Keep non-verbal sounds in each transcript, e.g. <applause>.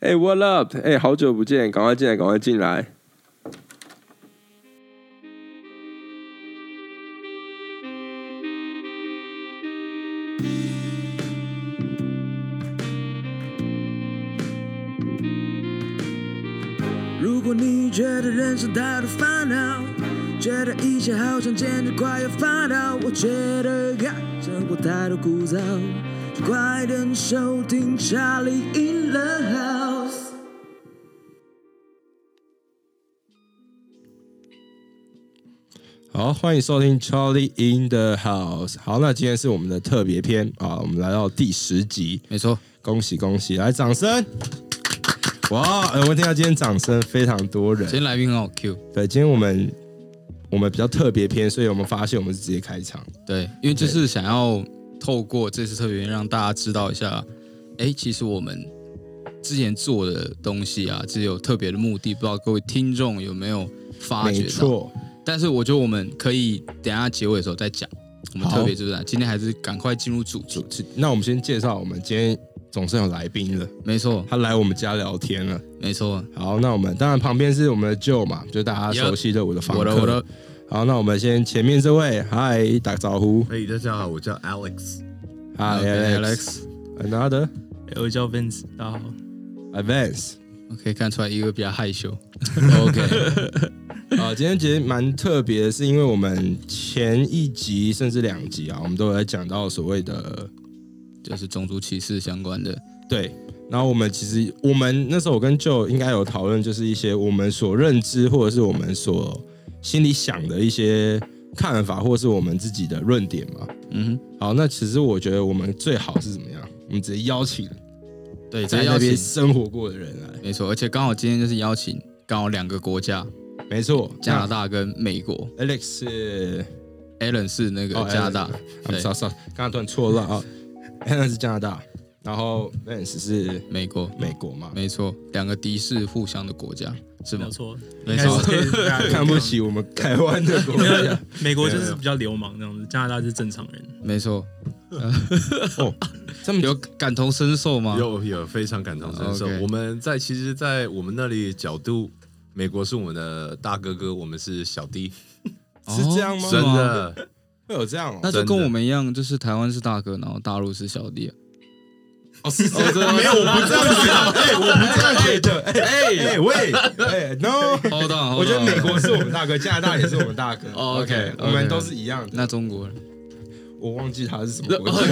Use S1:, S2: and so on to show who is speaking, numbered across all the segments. S1: 哎、w h a t up？哎、好久不见，赶快进来，赶快进来。
S2: 如果你觉得人生太多烦恼，觉得一切好像简直快要发抖，我觉得啊，生活太多枯燥，就快点收听《查理 in the House》。
S3: 好，欢迎收听 Charlie in the House。好，那今天是我们的特别篇啊，我们来到第十集，
S4: 没错，
S3: 恭喜恭喜！来，掌声！哇，呃、我听到今天掌声非常多人
S4: 今。天来宾很好 Q，
S3: 对，今天我们我们比较特别篇，所以我们发现我们是直接开场。
S4: 对，因为就是想要透过这次特别让大家知道一下，哎，其实我们之前做的东西啊，是有特别的目的，不知道各位听众有没有发
S3: 没
S4: 觉到？
S3: 错，
S4: 但是我觉得我们可以等一下结尾的时候再讲，我们
S3: 好
S4: 特别就是啊今天还是赶快进入主题。
S3: 是那我们先介绍，我们今天总算有来宾了，
S4: 没错，
S3: 他来我们家聊天了。
S4: 没错，
S3: 好，那我们当然旁边是我们的舅嘛，就大家
S4: Yup
S3: 熟悉的我的房客。
S4: 我的我的，
S3: 好，那我们先前面这位，嗨，打个招呼。
S5: 嘿大家好，我叫 Alex。
S3: Hi
S4: OK，
S3: Alex. Another
S6: 我叫 Vince，大家好。
S5: <laughs>
S3: advance。
S4: 我可以看出来一个比较害
S3: <laughs>
S4: 羞。
S3: OK。啊，今天其实蛮特别的，是因为我们前一集甚至两集啊，我们都有在讲到所谓的
S4: 就是种族歧视相关的，
S3: 对。然后我们其实我们那时候我跟 Joe 应该有讨论，就是一些我们所认知或者是我们所心里想的一些看法，或者是我们自己的论点嘛。
S4: 嗯
S3: 好，那其实我觉得我们最好是怎么样？我们直接邀请
S4: 哼，对，直
S3: 在
S4: 接邀
S3: 那边
S4: 请，
S3: 生活过的人来，
S4: 没错，而且刚好今天就是邀请刚好两个国家，
S3: 没错，
S4: 加拿大跟美国。
S3: 那 Alex 是
S4: Alan 是那个
S3: 哦
S4: 加拿大，
S3: I'm
S4: 对
S3: sorry, sorry，刚刚突然错乱啊。Alan 是加拿大，然后 Vance 是
S4: 美国，
S3: 美国嘛？
S4: 没错，两个敌视互相的国家，是
S6: 没
S4: 吗
S6: 有？错，
S4: 没错，
S3: <laughs> 看不起我们啊台湾的国家 <laughs>
S6: 美国就是比较流氓这样子，加拿大是正常人。
S4: 没错，
S3: 哦，这么
S4: 有感同身受
S3: 啊
S4: 吗？
S5: 有有非常感同身受。
S4: OK
S5: 我们在其实，在我们那里角度，美国是我们的大哥哥，我们是小弟，
S4: 哦
S3: 是这样吗
S5: 真，的。
S3: 会有这样哦？
S4: 那就
S5: 真
S4: 跟
S5: 的
S4: 我们一样，就是台湾是大哥，然后大陆是小弟。
S3: <laughs> 哦，是真的没有，我
S5: <laughs>
S3: 不这样觉得，哎，我不这样觉得，哎哎喂，哎 no，
S4: Hold on，
S3: 我觉得美国是我们大哥，加拿大也是我们大 <laughs> 哥。
S4: 哦，OK，
S3: 我们都是一样的。
S4: 那中国人，
S3: 我忘记他是什么国家。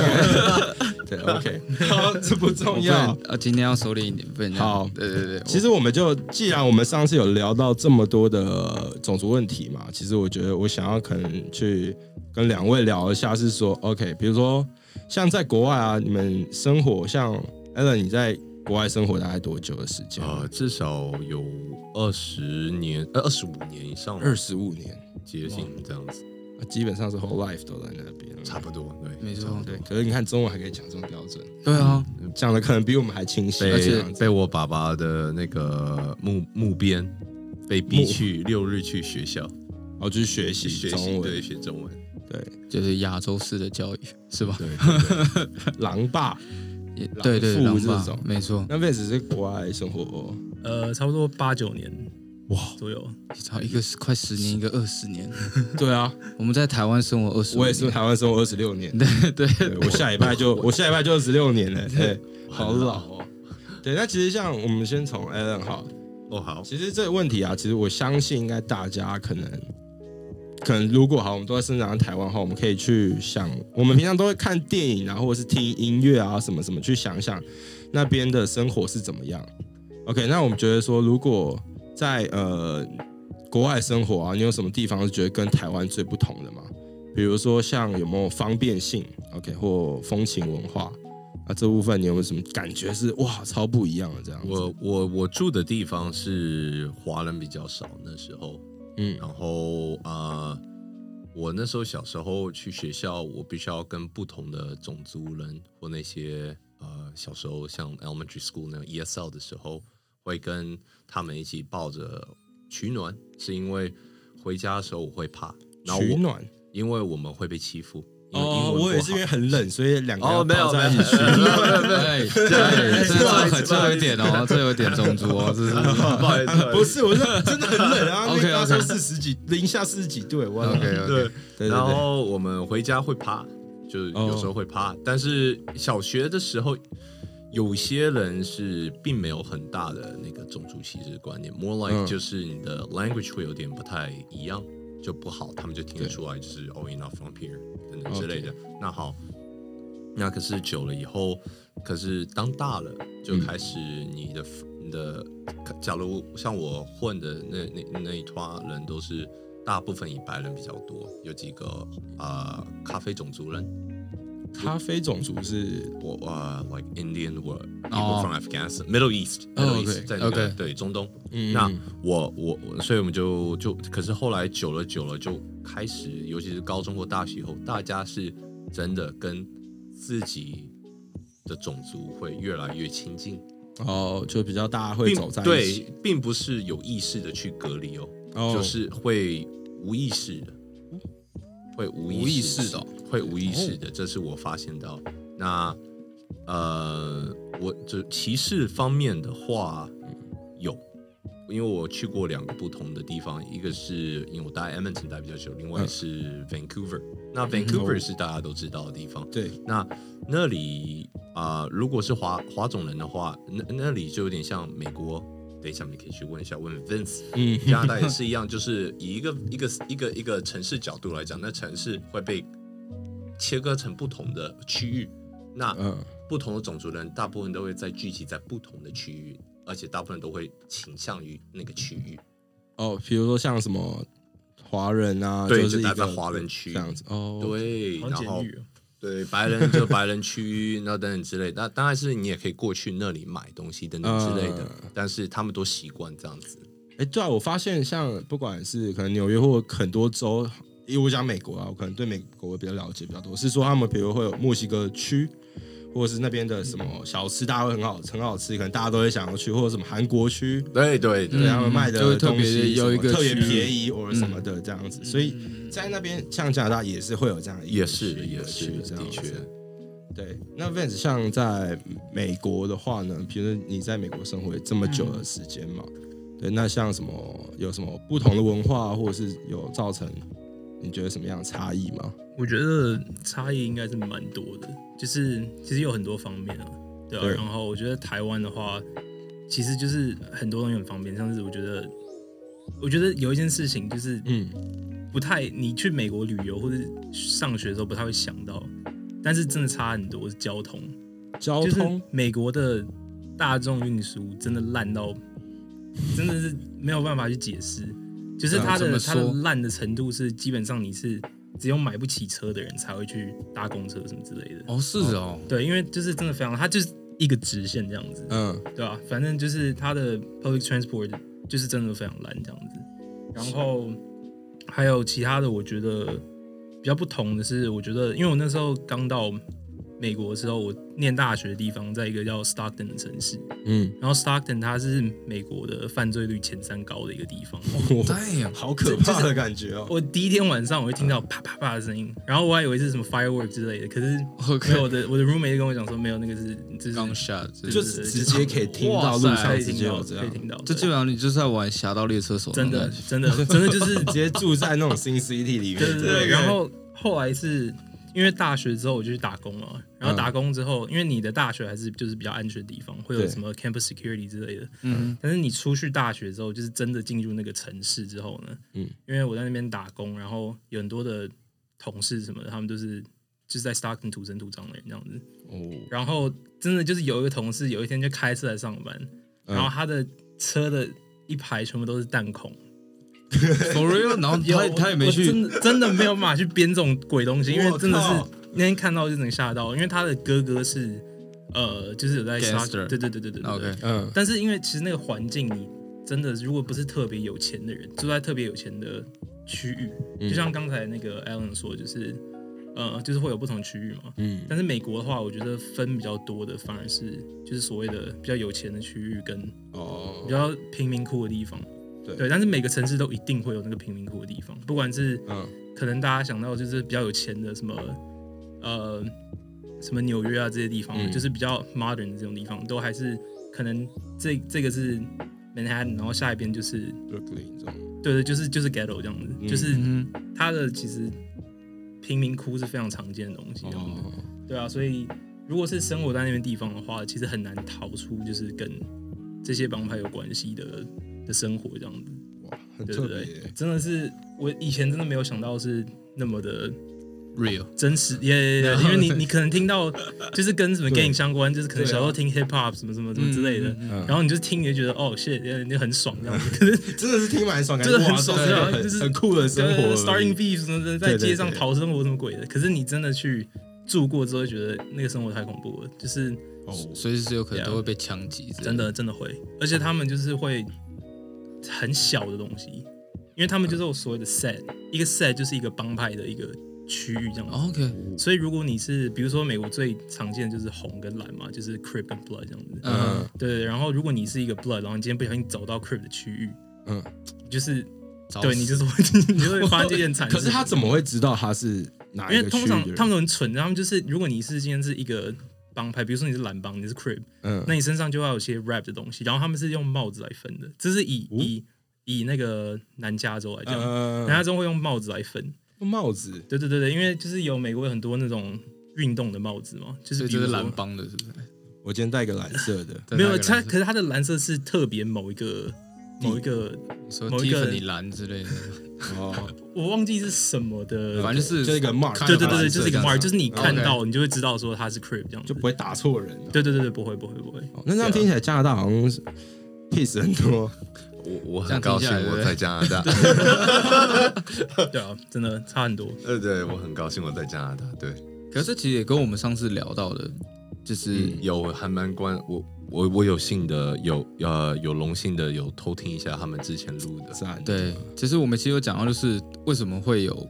S3: <laughs> 对，OK，好， <laughs> 这不重要
S4: 我。不能啊，今天要收敛一点，不能这样
S3: 好
S4: 对对对，
S3: 其实我们就，既然我们上次有聊到这么多的种族问题嘛，其实我觉得我想要可能去跟两位聊一下，是说，OK，比如说像在国外啊，你们生活，像 Alan，你在国外生活大概多久的时间？
S5: 呃，至少有二十年，呃，二十五年以上，
S3: 二十五年，
S5: 接近这样子，
S3: 基本上是 whole life 都在那边。
S5: 差不多。对，
S4: 没错
S3: 对，可是你看中文还可以讲这么标准，
S4: 对啊，
S3: 讲的可能比我们还清晰。
S4: 而且
S3: 这
S5: 被
S3: 样子
S5: 被我爸爸的那个墓墓边被逼去六日去学校
S3: 哦，就是学
S5: 去
S3: 习
S5: 学
S3: 中
S5: 习，对，
S3: 文，
S5: 学中文，
S3: 对，
S4: 就是亚洲式的教育是吧？
S5: 对
S3: <laughs>
S5: 对对。
S3: 狼爸。
S4: 也
S3: 狼
S4: 对对，
S3: 父
S4: 狼
S3: 这
S4: 爸
S3: 种
S4: 没错，
S3: 那 Vance 是国外生
S5: <laughs>
S3: 活
S6: 呃，差不多八九年
S3: 哇，
S6: 左右，
S4: 好一个是快十年，一个二十年。
S3: 对啊，
S4: 我们在台湾生活二十，
S3: 我也是台湾生活二十六年，
S4: 对对
S3: 对我下礼拜 <laughs> 就我下礼拜就二十六年了，对，好老哦。对，那其实像我们先从 Alan 好，
S5: 哦，好，
S3: 其实这个问题啊，其实我相信应该大家可能可能如果好，我们都在生长在台湾的话，我们可以去想，我们平常都会看电影啊，或者是听音乐啊，什么什么，去想想那边的生活是怎么样。OK，那我们觉得说，如果在呃国外生活啊，你有什么地方是觉得跟台湾最不同的吗？比如说像有没有方便性，OK，或风情文化啊这部分，你有没有什么感觉是哇超不一样的这样子？
S5: 我我我住的地方是华人比较少那时候，
S3: 嗯
S5: 然后呃，我那时候小时候去学校，我必须要跟不同的种族人或那些呃小时候像 elementary school 那种 ESL 的时候，会跟他们一起抱着取暖，是因为回家的时候我会怕，然后
S3: 取
S5: 我
S3: 暖。
S5: 因为我们会被欺负，因为英文
S3: 哦，
S5: 不好
S3: 我也是因为很冷，所以两个
S5: 哦
S3: 要
S5: 没有
S3: 抱在一起去
S5: 没有。
S3: <laughs>
S4: 哎，对，这这这有点哦，这有点种族哦，这是
S5: 不好意思，不好
S3: <laughs>
S5: 意
S3: 不
S5: 思
S3: 是，我是真的很冷 <laughs> 啊，那
S4: OK，OK
S3: 个那时候四十几，零下四十几度，我
S4: OK
S5: 对
S4: OK，
S3: 对对哦
S5: 然
S3: 对，
S5: 后我们回家会爬，就是有时候会爬，但是小学的时候，有些人是并没有很大的那个种族歧视观念，more like、
S3: 嗯
S5: 就是你的 language 会有点不太一样，就不好，他们就听得出来，就是 oh you're not from here 等等之类的。那好，那可是久了以后，可是当大了就开始你的、你的，假如像我混的那那那一团人都是大部分以白人比较多，有几个啊、呃咖啡种族人，
S3: 咖啡种族是
S5: 我啊、呃 like Indian or people
S4: 哦
S5: from Afghanistan、Middle East
S4: 哦
S5: Middle
S4: OK，
S5: East、在那个
S4: OK
S5: 对中东。
S3: 嗯
S5: 那我我我，所以我们就就，可是后来久了久了就开始，尤其是高中或大学以后，大家是真的跟自己的种族会越来越亲近，
S3: 哦，就比较大家会
S5: 并
S3: 走在一起，
S5: 对，并不是有意识的去隔离哦，
S3: 哦
S5: 就是会无意识的，会无意
S4: 无意识的哦哦
S5: 会无意识的，这是我发现到。那呃，我就歧视方面的话有，因为我去过两个不同的地方，一个是因为我待 Edmonton 待比较久，另
S4: 嗯
S5: 外是 Vancouver。那
S4: 哦
S5: Vancouver 是大家都知道的地方，
S3: 对，
S5: 那那里啊、呃如果是华华种人的话，那那里就有点像美国。等一下，你可以去问一下，问 Vince。
S3: 嗯
S5: 加拿大也是一样，就是以一个 <laughs> 一个一个一个城市角度来讲，那城市会被切割成不同的区域。那
S3: 嗯
S5: 不同的种族人，大部分都会在聚集在不同的区域，而且大部分都会倾向于那个区域。
S3: 哦，比如说像什么华人啊，
S5: 对
S3: 就是一
S5: 就待
S3: 个
S5: 在华人区
S3: 这样子哦，
S5: 对，
S6: 好
S5: 然
S6: 像
S5: 后
S6: 监狱哦，
S5: 对，白人就白人区 <laughs> 域，那等等之类的。那当然是你也可以过去那里买东西等等之类的，
S3: 嗯
S5: 但是他们都习惯这样子。
S3: 哎，对啊，我发现像不管是可能纽约或很多州，因为我讲美国啊，我可能对美国比较了解比较多，是说他们比如会有墨西哥区，或者是那边的什么小吃，大家会很好很好吃，可能大家都会想要去，或者什么韩国区，
S5: 对对对
S4: 嗯
S3: 对他们卖
S4: 就
S3: 的
S4: 会特
S3: 东
S4: 别
S3: 西
S4: 有一个
S3: 什么特别
S4: 区域嗯
S3: 便宜或者什么的这样子，所以在那边像加拿大也是会有这样一个
S5: 也是
S3: 区
S5: 也是
S3: 一个区这样
S5: 的
S3: 子
S5: 确。
S3: 对，那 Vance 像在美国的话呢，比如说你在美国生活这么久的时间嘛，对，那像什么有什么不同的文化，或者是有造成你觉得什么样的差异吗？
S6: 我觉得差异应该是蛮多的，就是其实有很多方面啊，对啊。
S3: 对
S6: 然后我觉得台湾的话，其实就是很多东西很方便，像是我觉得，我觉得有一件事情就是
S3: 嗯，
S6: 不太，你去美国旅游或者上学的时候不太会想到，但是真的差很多，是交通，
S3: 交
S4: 哦
S6: 就是
S3: 通，
S6: 美国的大众运输真的烂到，真的是没有办法去解释，就是它
S4: 啊怎
S6: 的
S4: 么
S6: 它
S4: 说
S6: 的烂的程度是基本上你是只有买不起车的人才会去搭公车什么之类的，
S4: 哦是哦，
S6: 对，因为就是真的非常，它就是一个直线这样子，
S3: 嗯，
S6: 对啊，反正就是它的 public transport 就是真的非常烂这样子。然后还有其他的，我觉得比较不同的是，我觉得因为我那时候刚到美国的时候，我念大学的地方在一个叫 Stockton 的城市，
S3: 嗯，
S6: 然后 Stockton 它是美国的犯罪率前三高的一个地方。
S4: 哎呀，
S3: 好可怕的感 <laughs> 觉哦。
S6: 我第一天晚上我会听到啪啪啪的声音，然后我还以为是什么 firework 之类的，可是
S4: OK
S6: 没有我的我的 roommate 就跟我讲说没有，那个是这是
S4: 刚下，
S3: 就
S4: 就是
S3: 直接可以听到
S4: 哇
S3: 路
S4: 塞
S6: 可
S3: 上
S6: 以
S3: 直
S6: 听
S3: 接
S6: 到
S3: 有这
S6: 可以
S3: 样，
S6: 听到，
S4: 这基本上你就是在玩《侠盗猎车手》
S6: 真
S4: 那种
S6: 的
S4: 感觉
S6: <laughs> 真的真的就是
S3: 直接住在那种新 city 里面，
S6: 对对
S3: 真的
S6: 对，然后后来是因为大学之后我就去打工了，然后打工之后，因为你的大学还是就是比较安全的地方，会有
S3: 对
S6: 什么 campus security 之类的。
S4: 嗯，
S6: 但是你出去大学之后，就是真的进入那个城市之后呢，
S3: 嗯
S6: 嗯，因为我在那边打工，然后有很多的同事什么的，他们都是就是在 Stockton 土生土长的人这样子。
S3: 哦，
S6: 然后真的就是有一个同事，有一天就开车来上班，然后他的车的一排全部都是弹孔。
S4: ，For real，然后
S3: <laughs>
S6: 有
S4: 他他也没
S6: 我
S4: 去
S6: 真的真的没有办法去编这种鬼东西，因为真的是
S3: 我靠
S6: 那天看到就能吓到，因为他的哥哥是呃，就是有在杀，
S4: Gangster
S6: 对对对对对对
S4: OK
S3: 嗯，
S6: 但是因为其实那个环境，你真的如果不是特别有钱的人，住在特别有钱的区域，
S4: 嗯
S6: 就像刚才那个 Alan 说，就是呃，就是会有不同区域嘛。
S3: 嗯
S6: 但是美国的话，我觉得分比较多的反而是就是所谓的比较有钱的区域跟
S3: 哦
S6: 比，较贫民窟的地方。
S3: 对
S6: 对，但是每个城市都一定会有那个贫民窟的地方，不管是
S3: 嗯
S6: 可能大家想到就是比较有钱的什么呃什么纽约啊这些地方，
S3: 嗯
S6: 就是比较 modern 的这种地方，都还是可能这这个是 Manhattan，然后下一边就是
S3: ，Brooklyn 这种，
S6: 对对，就是就是 ghetto 这样子，
S3: 嗯
S6: 就是
S4: 嗯哼，
S6: 它的其实贫民窟是非常常见的东西，这样子。
S3: 哦，
S6: 对啊，所以如果是生活在那边地方的话，其实很难逃出就是跟这些帮派有关系的的生活这样子，
S3: 哇，很
S6: 对
S3: 特
S6: 不
S3: 别
S6: 对
S3: 耶，？
S6: 真的是我以前真的没有想到是那么的
S4: real，
S6: 真实，也、
S4: 然后
S6: 因为
S3: <laughs>
S6: 你
S4: 对
S6: 你可能听到就是跟什么
S3: 对
S6: gang 相关，就是可能
S3: 对啊
S6: 小时候听 hip hop 什么什么什么之类的。
S4: 嗯
S3: 嗯
S6: 然后你就听，你就觉得哦，shit，你就很爽这样子。可是
S3: 真的是听蛮爽，感觉
S6: 真的很
S3: 哇
S6: 爽
S3: 这
S6: 对啊
S3: 很
S6: 就是
S3: 很酷的生
S6: <laughs>
S3: 活
S6: 对 starting beef 什么的，在
S3: 对对
S6: 街上
S3: 对
S6: 讨生活什么鬼的。可是你真的去住过之后，觉得那个生活太恐怖了，就是
S3: 哦，
S4: 随时有可能
S6: Yeah
S4: 都会被枪击，
S6: 真，的真的会，而且他们就是会很小的东西，因为他们就是有所谓的 set，一个 set 就是一个帮派的一个区域这样子。
S4: 哦 OK，
S6: 所以如果你是比如说美国最常见的就是红跟蓝嘛，就是 crip 跟 blood 这样子。
S4: 嗯，
S6: 对，然后如果你是一个 blood，然后你今天不小心走到 crip 的区域，
S3: 嗯，
S6: 就是
S4: 找
S6: 对
S4: 死
S6: 你就是会 <laughs> 你就会发现这件惨事。
S3: 可是他怎么会知道他是哪
S6: 因
S3: 一
S6: 为
S3: 个区
S6: 通
S3: 域
S6: 常
S3: 的人
S6: 他们都很蠢，他们就是如果你是今天是一个帮派，比如说你是蓝帮，你是 crip，
S3: 嗯
S6: 那你身上就要有些 rap 的东西，然后他们是用帽子来分的，这是以、
S3: 哦
S6: 以以那个南加州来讲，南
S3: 呃
S6: 加州会用帽子来分，
S3: 帽子
S6: 对对对对，因为就是有美国有很多那种运动的帽子嘛，就
S4: 所
S6: 是
S4: 以
S6: 比
S4: 这
S6: 如
S4: 是
S6: 说
S4: 蓝帮的，是不是？
S3: 我今天戴个蓝色
S6: <laughs>
S3: 的，
S6: 没有它，
S4: 他
S6: 可是它的蓝色是特别某一个某一个，
S4: 说
S6: 某一个
S4: Tiffany 蓝之类的，
S3: 哦，
S6: 我忘记是什么的，
S4: 反正就是
S3: 就是一个 mark，
S6: 对
S4: 看
S6: 对
S4: 到
S6: 对
S4: 它
S6: 对，
S4: 蓝
S6: 就
S4: 色
S6: 是一个
S4: 这样
S6: mark，
S4: 子
S6: 就是你看
S4: OK
S6: 到你就会知道说它是 crip 这样子
S3: 就，不会打错人啊。
S6: 对对对对，不会不会不会，
S3: 哦那这样听起来加拿大好像是 peace 很多，
S5: 我我
S4: 这样听
S5: 很高
S4: 下
S5: 兴
S4: 来对不
S5: 我
S4: 对
S5: 在加拿大，
S4: <laughs>
S6: 对啊，真的差很多，
S5: 呃，对我很高兴我在加拿大，对，
S4: 可是这其实也跟我们上次聊到的，就是
S5: 有还蛮关我我我有幸的有呃有荣幸的有偷听一下他们之前录的，
S3: 赞。
S4: 对，其实我们其实有讲到，就是为什么会有，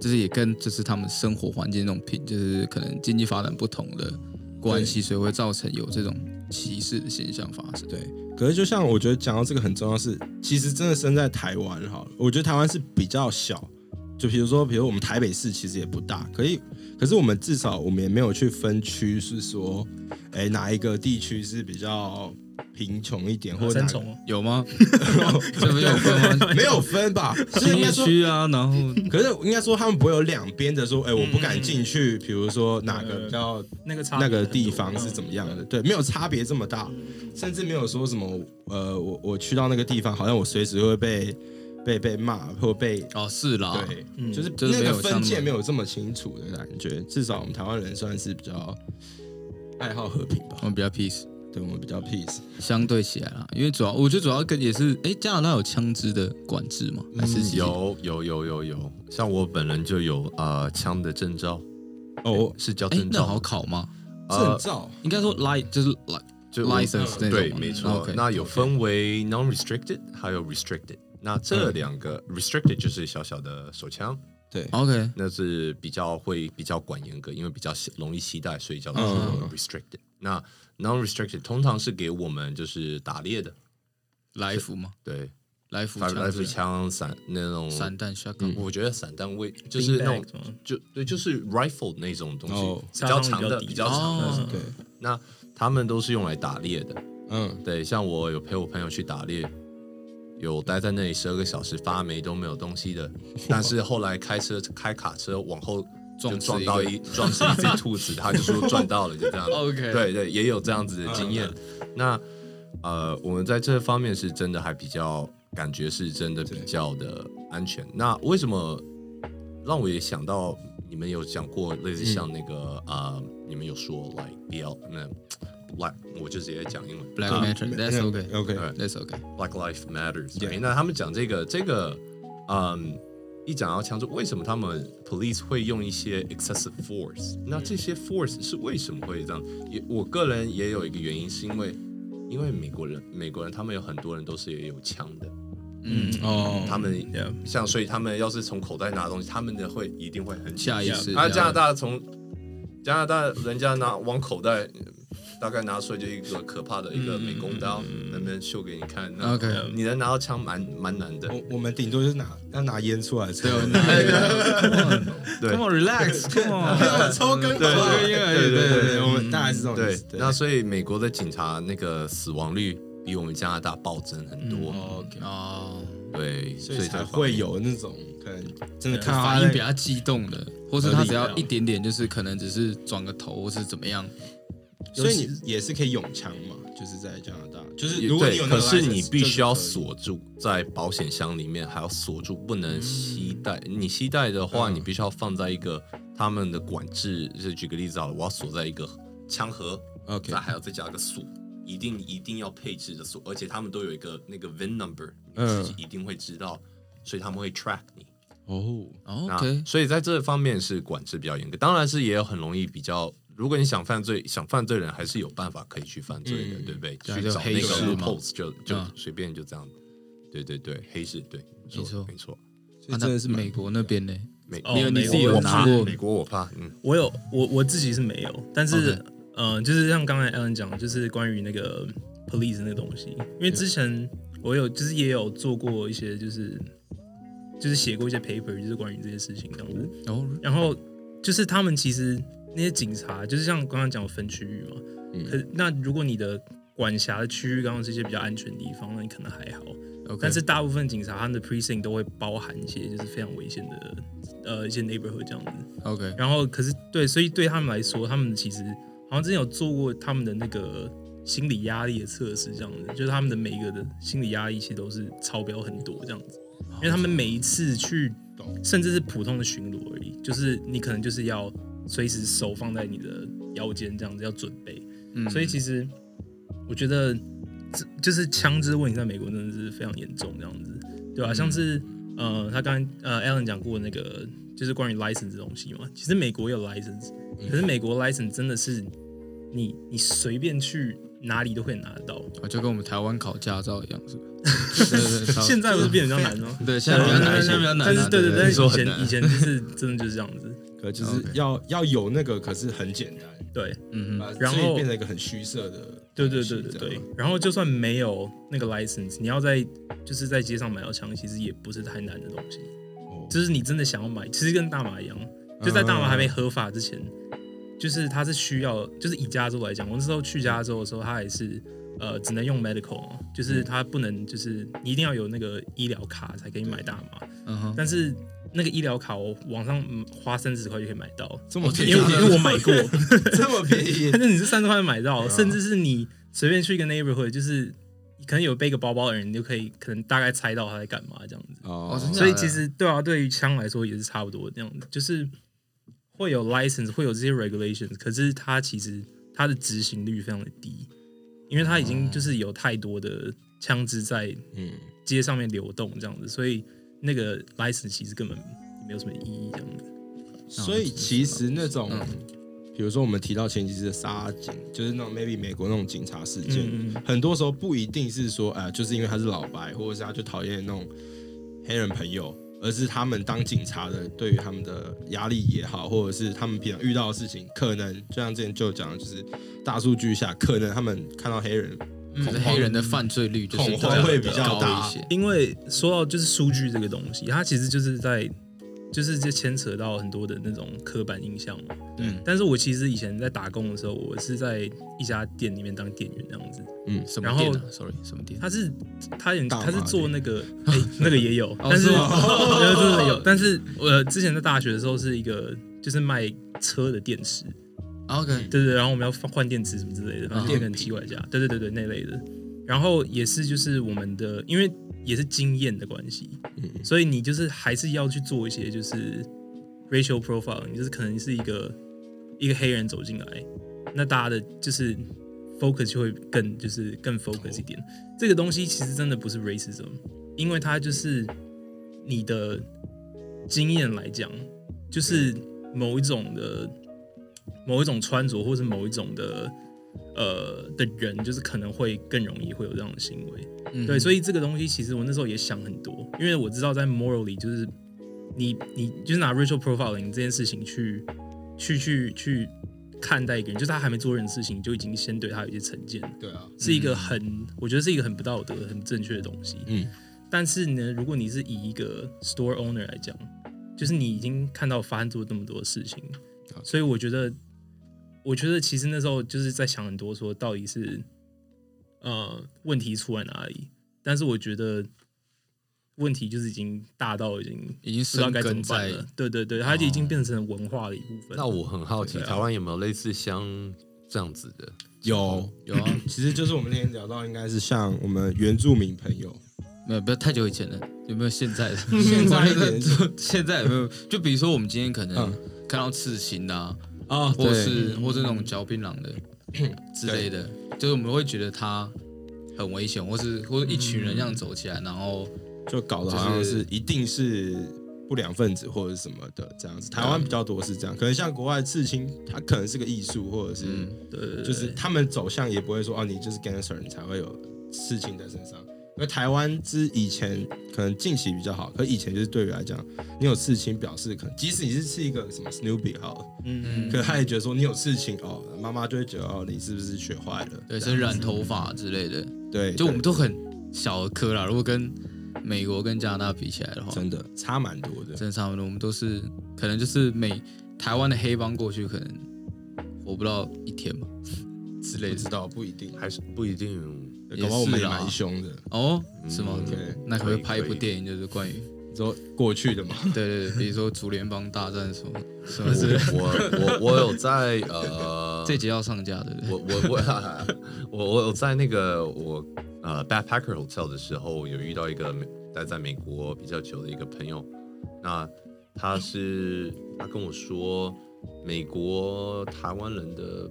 S4: 就是也跟就是他们生活环境那种品，就是可能经济发展不同的关系，所以会造成有这种歧视的现象发生。
S3: 对，可是就像我觉得讲到这个很重要是，其实真的身在台湾好了，我觉得台湾是比较小，就比如说，比如我们台北市其实也不大，可以，可是我们至少我们也没有去分区，是说，哎，哪一个地区是比较贫穷一点，或者
S6: 三
S3: 哪
S6: 重哦
S4: 有
S3: <laughs>
S4: 吗？这不是有分吗？
S3: 没有
S4: <laughs>
S3: 分吧？就是
S4: 新
S3: 应
S4: 业
S3: 该说，
S4: 区啊，然后
S3: 可是应该说他们不会有两边的说，哎，我不敢进
S4: 嗯
S3: 去，比如说哪个比较
S6: 那个差
S3: 那
S6: 别
S3: 个
S6: 很多嗯
S3: 地方是怎么样的，对，没有差别这么大，甚至没有说什么呃，我我去到那个地方，好像我随时会被被被骂或被
S4: 哦是啦，
S3: 对，
S6: 嗯
S3: 就是
S4: 就是
S3: 那
S4: 没
S3: 个
S4: 有
S3: 分
S4: 像
S3: 界没有这么清楚的感觉。至少我们台湾人算是比较爱好和平吧
S4: 我，们比较 peace，
S3: 对我们比较 peace。
S4: 相对起来啦，因为主要我觉得主要跟也是，哎，加拿大有枪支的管制吗？
S3: 嗯
S4: 还是其实，
S5: 有有有有有，像我本人就有呃枪的证照，
S3: 哦，
S5: 是叫
S4: 哎
S5: 证，
S4: 那好
S5: 照，
S4: 考吗？
S3: 证
S5: 呃
S3: 照
S4: 应该说 li 就是 li
S5: 就我呃
S4: license 那种吗
S5: 对，没错
S4: OK，。
S5: 那有分为 non restricted 还有 restricted。那
S4: 嗯
S5: 这两个 restricted 就是小小的手枪，
S3: 对
S4: OK
S5: 那是比较会比较管严格，因为比较携容易携带，所以叫做
S3: 嗯
S5: restricted。那 non restricted 通常是给我们就是打猎的，
S4: 来福吗？
S5: 对，
S4: 来福
S5: 反
S4: 枪
S5: 正来福枪散那
S3: 嗯
S5: 种
S4: 散弹嗯 shotgun
S5: 我觉得散弹位就是那种
S6: Beanbag 什么
S5: 就对，就是 rifle 那种东西，
S3: 哦
S5: 比较
S6: 杀伤
S5: 长
S6: 力比较
S5: 的，
S6: 低
S5: 比较长的。
S4: 哦
S3: 对，
S5: 那他们都是用来打猎的。
S3: 嗯，
S5: 对，像我有陪我朋友去打猎，有待在那里十二个小时发霉都没有东西的，但是后来开车开卡车往后
S4: 撞
S5: 就
S4: 死
S5: 撞
S4: 一
S5: 到
S4: 个
S5: 一撞死一只兔子，他就说撞到了，就
S4: <laughs>
S5: 这样
S4: OK 嗯
S5: 对对，也有这样子的经验。那呃，我们在这方面是真的还比较感觉是真的比较的安全。那为什么让我也想到你们有讲过类似像那个呃，你们有说 like 不要那 black，我就直接讲英文
S4: black
S5: 呃
S3: 嗯
S4: matter，that's OK。
S3: OK，
S4: That's OK。
S5: Black Life Matters。
S3: Yeah.
S5: 对，那他们讲这个这个，嗯，一讲到枪支，为什么他们 police 会用一些 excessive force？那这些 force 是为什么会这样？也我个人也有一个原因，是因为因为美国人美国人他们有很多人都是也有枪的，
S4: 嗯，
S3: 哦，
S5: 他们
S6: Yeah
S5: 像所以他们要是从口袋拿东西，他们的会一定会很啊
S6: 啊
S4: 下意识。
S5: 那加拿大从加拿大人家拿往口袋大概拿出来就一个可怕的一个美工刀，那边秀给你看。那
S4: OK
S3: 嗯
S5: 你能拿到枪蛮蛮难的。
S3: 我哦我们顶多就是拿要拿烟出来抽
S4: 对，，我拿一个
S5: 对
S4: ，Come
S3: <laughs>
S4: on，relax，Come on，
S3: 抽根
S5: 对
S3: 抽根
S4: 烟而已
S3: 对对
S5: 对
S3: 对，
S5: 对
S3: 我们大概是这种意
S5: 对
S3: 思。，
S5: 那所以美国的警察那个死亡率比我们加拿大暴增很多。
S3: 嗯 OK，
S4: 哦，
S5: 对，
S3: 所
S5: 所
S3: 以
S5: 这
S3: 才
S5: 方面
S3: 会有那种可能真的看到
S4: 反
S3: 他
S4: 应
S3: 在啊
S4: 比较激动的，或是他只要一点点，就是可能只是转个头，或是怎么样，
S3: 所以你也是可以用枪嘛，就是在加拿大，就是如果你
S5: 对
S3: 有，那
S5: 可
S3: 个 license，就是
S5: 你必须要
S3: 可以
S5: 锁住在保险箱里面，还要锁住，不能携带。
S3: 嗯
S5: 你携带的话，你必须要放在一个他们的管制。就举个例子好了，啊我要锁在一个枪盒
S3: OK
S5: 再还要再加个锁，一定一定要配置的锁，而且他们都有一个那个 VIN number，你
S3: 嗯
S5: 自己一定会知道，所以他们会 track 你。
S3: 哦，
S4: 哦
S5: 那
S4: OK，
S5: 所以在这方面是管制比较严格，当然是也有很容易比较。如果你想犯罪，想犯罪人还是有办法可以去犯罪的，
S3: 嗯
S5: 对不对？
S4: 对啊
S5: 去
S4: 就
S5: 找
S4: 黑
S5: 那
S4: 市
S5: 个
S4: 嘛
S5: pose 就就
S4: 嗯
S5: 随便就这样。对对对，黑市对，
S4: 没错
S5: 没错。
S3: 所
S4: 啊
S3: 以真
S4: 那
S3: 的是
S4: 是
S3: 美
S4: 美国那边呢？
S5: 美
S6: 哦
S4: 你有你自己
S6: 美
S4: 有
S6: 国
S4: 拿过
S5: 美国我怕，嗯，
S6: 我有我我自己是没有，但是呃，就是像刚才 Alan 讲，就是关于那个 police 那个东西，因为之前我有就是也有做过一些就是就是写过一些 paper，就是关于这些事情这样子。
S4: 哦
S6: 然后就是他们其实那些警察，就是像刚刚讲有分区域嘛，可那如果你的管辖的区域刚刚是一些比较安全的地方，那你可能还好。
S4: ，OK，
S6: 但是大部分警察他们的 precinct 都会包含一些就是非常危险的呃一些 neighborhood 这样子。
S4: OK，
S6: 然后可是对，所以对他们来说，他们其实好像之前有做过他们的那个心理压力的测试，这样子，就是他们的每一个的心理压力其实都是超标很多这样子，因为他们每一次去，甚至是普通的巡逻而已，就是你可能就是要随时手放在你的腰间这样子要准备，
S4: 嗯
S6: 所以其实我觉得这就是枪支问题在美国真的是非常严重这样子，对吧、像是呃，他刚才呃 Alan 讲过那个就是关于 license 这东西嘛，其实美国有 license，可是
S4: 嗯
S6: 美国 license 真的是你你随便去哪里都可以拿得到，
S4: 啊就跟我们台湾考驾照一样，是吧？
S6: <laughs>
S4: 对对对差不多
S6: 现在不是变得比较难吗？
S4: <laughs> 对，现在比较难，现在比较难啊。
S6: 但是对对，但是
S5: 说
S6: 以
S5: 很
S6: 前
S5: 难
S6: 以前就是真的就是这样子，
S3: 可
S4: 啊
S3: 就是要要有那个，可是很简单，
S6: 对
S4: 嗯
S3: 啊
S6: 然后
S3: 所以变成一个很虚设的东西，
S6: 对对对对
S3: 这
S6: 对
S3: 样。
S6: 然后就算没有那个 license，你要在就是在街上买到枪，其实也不是太难的东西。
S3: 哦
S6: 就是你真的想要买，其实跟大麻一样，
S3: 嗯
S6: 就在大麻还没合法之前，就是它是需要，就是以加州来讲，我那时候去加州的时候，它也是呃只能用 medical，嘛就是它不能就是你一定要有那个医疗卡才可以买大麻，
S4: 嗯哼，
S6: 但是那个医疗卡我网上嗯花三十块就可以买到，
S3: 这么便
S6: 因为
S3: 宜，
S6: 因为我买过，
S3: <laughs> 这么便
S6: <laughs>
S3: 宜嗯
S6: 反，正你是三十块买到，甚至是你随便去一个 neighborhood，就是可能有背个包包的人，你就可以可能大概猜到他在干嘛这样子。
S4: 哦真的
S6: 所以
S4: 假的
S6: 其实对啊，对于枪来说也是差不多这样子，就是会有 license，会有这些 regulations，可是它其实它的执行率非常的低，因为它已经就是有太多的枪支在
S3: 嗯，
S6: 街上面流动这样子，所以那个 license 其实根本没有什么意义这样子。
S3: 所以其实那种，比如说我们提到前几次的杀警，就是那种 maybe 美国那种警察事件，
S6: 嗯嗯嗯
S3: 很多时候不一定是说啊、就是因为他是老白，或者是他就讨厌那种黑人朋友，而是他们当警察的对于他们的压力也好，或者是他们平常遇到的事情，可能就像之前就讲的，就是大数据下，可能他们看到黑人
S4: 可是嗯黑人的犯罪率就是
S3: 恐慌会比较大
S4: 高一些。
S6: 因为说到就是数据这个东西，它其实就是在就是这牵扯到很多的那种刻板印象嘛。
S4: 嗯，
S6: 但是我其实以前在打工的时候，我是在一家店里面当店员这样子。
S4: 什么
S6: 然后
S4: 店啊？Sorry，什么店？
S6: 他是他也
S3: 大麻
S6: 他是做那个哎、那个也有，
S4: <laughs> 哦
S6: 但是
S4: 是
S6: <laughs>
S4: 吗哦
S6: 我觉得真的有。但是我之前在大学的时候是一个就是卖车的电池，
S4: OK，
S6: 对对，然后我们要换换电池什么之类的，然后啊就是一个很奇怪的家，对对对对那类的。然后也是就是我们的，因为也是经验的关系，所以你就是还是要去做一些就是 racial profile，你就是可能是一个一个黑人走进来，那大家的就是 focus 就会更就是更 focus 一点。这个东西其实真的不是 racism，因为它就是你的经验来讲，就是某一种的某一种穿着，或是某一种的呃的人，就是可能会更容易会有这样的行为。对，所以这个东西其实我那时候也想很多，因为我知道在 moral 里，就是你你就是拿 racial profiling 这件事情去去去去看待一个人，就是他还没做任何事情，你就已经先对他有一些成见，
S3: 对啊，
S6: 是一个很，我觉得是一个很不道德、很不正确的东西。
S3: 嗯，
S6: 但是呢，如果你是以一个 store owner 来讲，就是你已经看到发生做那么多事情，
S3: 好
S6: 所以我觉得，我觉得其实那时候就是在想很多，说到底是呃问题出在哪里？但是我觉得问题就是已经大到已经
S4: 已经
S6: 不知道
S4: 生
S6: 该怎么
S4: 根
S6: 办
S4: 在
S6: 了。对对对，它就已经变成文化的一部分。
S5: 那我很好奇，
S6: 对啊
S5: 台湾有没有类似像这样子的？
S3: 有有啊， <coughs> 其实就是我们那天聊到，应该是像我们原住民朋友，
S4: 没有，不要太久以前了， <laughs> 有没有现在
S6: <laughs>
S4: 的？
S3: 现在一点
S4: 的，现在有没有？就比如说我们今天可能
S3: 嗯
S4: 看到刺青的、啊，
S3: 啊
S4: 或是或是那种嚼槟榔的
S6: 嗯
S4: 之类的，就是我们会觉得它很危险，或是或者一群人这样走起来，然后
S3: 就搞得好像是一定是不良分子或者是什么的这样子。台湾比较多是这样，可能像国外刺青，它可能是个艺术，或者是、
S4: 嗯
S6: 对对对
S3: 就是他们走向也不会说哦，你就是 gangster，你才会有刺青在身上。而台湾之以前可能近期比较好，可以前就是对于来讲，你有刺青表示可能，即使你是刺一个什么 Snoopy 好了，
S6: 嗯
S3: 可是他也觉得说你有刺青哦，妈妈就会觉得哦，你是不是学坏了？
S4: 对，是染头发之类的，
S3: 对，
S4: 就我们
S3: 对
S4: 都很小颗啦。如果跟美国跟加拿大比起来的话，
S3: 真的差蛮多的。
S4: 真的差不多，我们都是可能就是美台湾的黑帮过去，可能活不到一天吧之类
S3: 不
S4: 的
S3: 知。道不一定，
S5: 还是不一定
S3: 搞不好我们
S4: 也是
S3: 也
S4: 啦
S3: 蛮凶的。
S4: 哦，是吗？
S3: 对
S4: 那可不可以
S5: 可以
S4: 拍一部
S5: 可以
S4: 电影，就是 <laughs> 关于
S3: 你说过去的嘛，
S4: 对对对，比如说竹联帮大战什 <laughs> 么什么之类的。
S5: 我我我我有在呃，
S4: 这集要上架对不对？
S5: 我我我我我有在那个我呃 backpacker hotel 的时候，有遇到一个美待在美国比较久的一个朋友，那他是他跟我说，美国台湾人的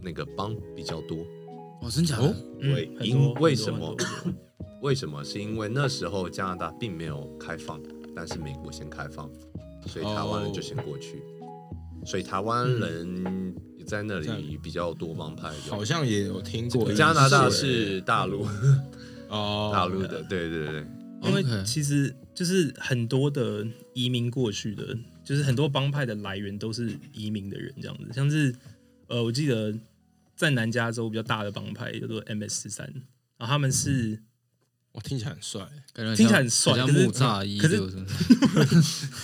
S5: 那个帮比较多，
S4: 哦，真假的？
S5: 对
S6: 嗯很
S5: 因
S6: 多
S5: 为
S6: 很多
S5: 什
S6: 很
S5: 么
S6: 多很多
S5: 为什么？是因为那时候加拿大并没有开放，但是美国先开放，所以台湾人就
S6: 哦
S5: 先过去。所以台湾
S6: 嗯
S5: 人也在那里比较多帮派有
S3: 好像也有听过一些。
S5: 加拿大是大陆，
S3: 哦，
S5: <laughs> 大陆的，对对对，
S6: 因
S3: 嗯
S6: 为
S4: OK
S6: 其实就是很多的移民过去的，就是很多帮派的来源都是移民的人这样子，像是呃，我记得在南加州比较大的帮派叫做 MS 十三，然后他们是
S3: 我听起来很帅，
S4: 感觉
S6: 听起来
S4: 很
S6: 很帅
S4: 像
S6: 可是
S4: 木栅一
S6: 可是
S4: 六什么，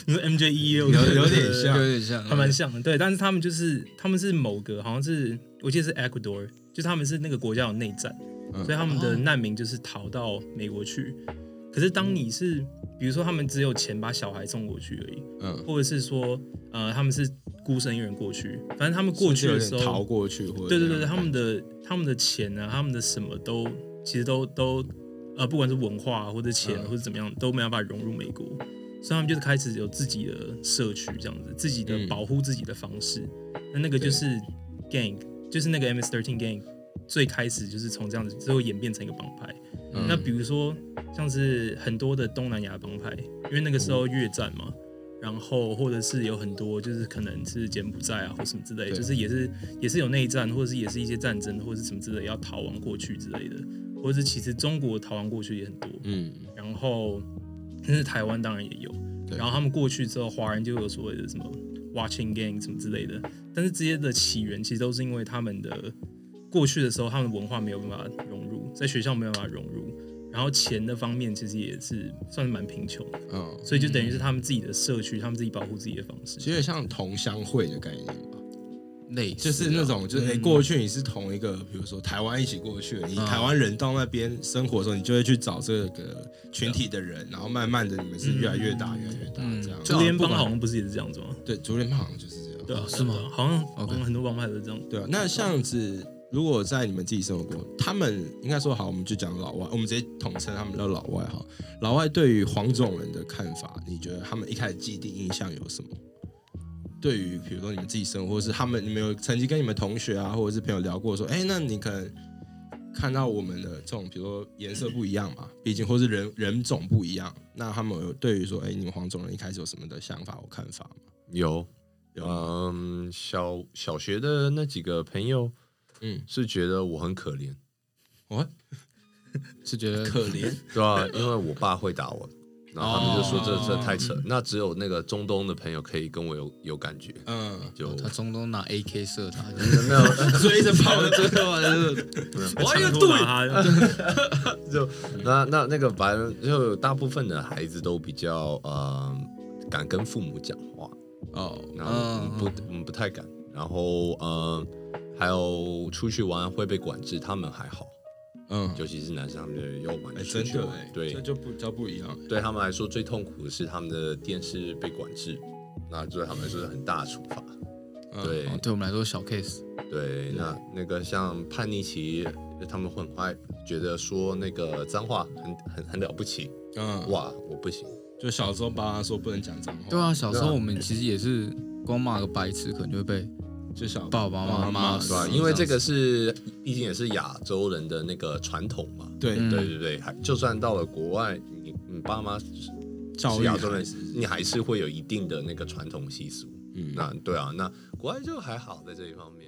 S6: 你说 MJ 一六
S3: <laughs> 有有点像
S4: <laughs> 有点像，
S6: 还蛮像的，对，但是他们就是他们是某个好像是我记得是 Ecuador，就是他们是那个国家有内战，
S3: 嗯
S6: 所以他们的
S4: 哦
S6: 难民就是逃到美国去。可是当你是比如说他们只有钱把小孩送过去而已，
S3: 嗯，
S6: 或者是说呃他们是孤身一人过去，反正他们过去
S3: 有
S6: 的
S3: 点
S6: 时
S3: 逃
S6: 候，
S3: 过去，或者
S6: 对对
S3: 这
S6: 对，对
S3: 样
S6: 他们的他们的钱啊，他们的什么都其实都都呃不管是文化啊或者钱啊
S3: 嗯
S6: 或者怎么样都没办法融入美国。所以他们就是开始有自己的社区，这样子，自己的
S3: 嗯
S6: 保护自己的方式。那那个
S3: 对
S6: 就是 gang，就是那个 MS thirteen gang，最开始就是从这样子之后演变成一个帮派。
S3: 嗯
S6: 那比如说像是很多的东南亚帮派，因为那个
S3: 嗯
S6: 时候越战嘛，然后或者是有很多就是可能是柬埔寨啊或什么之类，
S3: 对
S6: 就是也是也是有内战，或者是也是一些战争或者是什么之类要逃亡过去之类的，或者是其实中国逃亡过去也很多，
S3: 嗯，
S6: 然后但是台湾当然也有，
S3: 对
S6: 然后他们过去之后，华人就有所谓的什么 watching gang 什么之类的，但是这些的起源其实都是因为他们的过去的时候，他们的文化没有办法融入，在学校没有办法融入，然后钱的方面其实也是算是蛮贫穷的，
S3: 嗯，
S6: 所以就等于是他们自己的社区，他们自己保护自己的方式。
S3: 其实像同乡会的概念吧，
S4: 类似啊，
S3: 就是那种就是哎，过去你是同一个，比如说台湾一起过去，你
S4: 嗯
S3: 台湾人到那边生活的时候，你就会去找这个群体的人，然后慢慢的你们是越来越大，越来越大
S4: 嗯
S3: 这样。
S6: 竹联帮好像不是也是这样子吗？
S3: 对，竹联帮好像就是这样。
S6: 对啊，
S4: 是吗
S6: 对啊好像好
S4: OK
S6: 像很多帮派都是这样。
S3: 对啊，那像子如果在你们自己生活过，他们应该说好，我们就讲老外，我们直接统称他们叫老外哈。老外对于黄种人的看法，你觉得他们一开始既定印象有什么？对于比如说你们自己生活，或是他们你们有曾经跟你们同学啊，或者是朋友聊过说，哎，那你可能看到我们的这种，比如说颜色不一样嘛，毕竟或是人人种不一样，那他们有对于说，哎，你们黄种人一开始有什么的想法或看法吗？
S5: 有，
S3: 有吗
S5: 嗯，小小学的那几个朋友
S3: 嗯，
S5: 是觉得我很可怜，
S3: 我
S4: 是觉得
S3: 可怜，
S4: 呃
S5: 对吧、因为我爸会打我，然后他们就说这这太扯。那只有那个中东的朋友可以跟我有有感觉，
S3: 嗯，
S5: 就
S4: 他中东拿 AK 射 <laughs> 他，
S5: 没有
S4: 追着跑的，追着跑的，
S6: 我要对他，
S5: <laughs> 就那那那个反正就大部分的孩子都比较呃敢跟父母讲话，
S4: 哦，
S5: 然后
S4: 嗯
S5: 不、嗯不太敢，然后呃还有出去玩会被管制，他们还好，
S3: 嗯，
S5: 尤其是男生，他们就要玩
S3: 哎，
S5: 就出
S3: 真
S5: 去
S3: 的
S5: 玩，
S3: 哎，这
S5: 对，
S3: 就不叫不一样，
S5: 对他们来说最痛苦的是他们的电视被管制，那对他们来说是很大的处罚，
S3: 嗯
S5: 对、
S4: <laughs> 哦对我们来说小 case，
S5: 对，那那个像叛逆期，他们会很快觉得说那个脏话很很很了不起，
S3: 嗯，
S5: 哇，我不行。
S3: 就小时候爸妈说不能讲脏话，
S4: 对啊，小时
S5: 对
S4: 候
S5: 啊
S4: 我们其实也是光骂个白痴，可能就会被
S3: 就小
S4: 爸爸妈妈骂
S5: 对、
S3: 啊
S5: 吧？
S4: 死，
S5: 因为这
S4: 样
S5: 个是，毕竟也是亚洲人的那个传统嘛。
S3: 对
S4: 嗯
S5: 对对对，还就算到了国外，你你爸妈是
S3: 教育啊
S5: 亚洲人
S3: 还是，
S5: 你还是会有一定的那个传统习俗。
S3: 嗯
S5: 那对啊，那国外就还好在这一方面。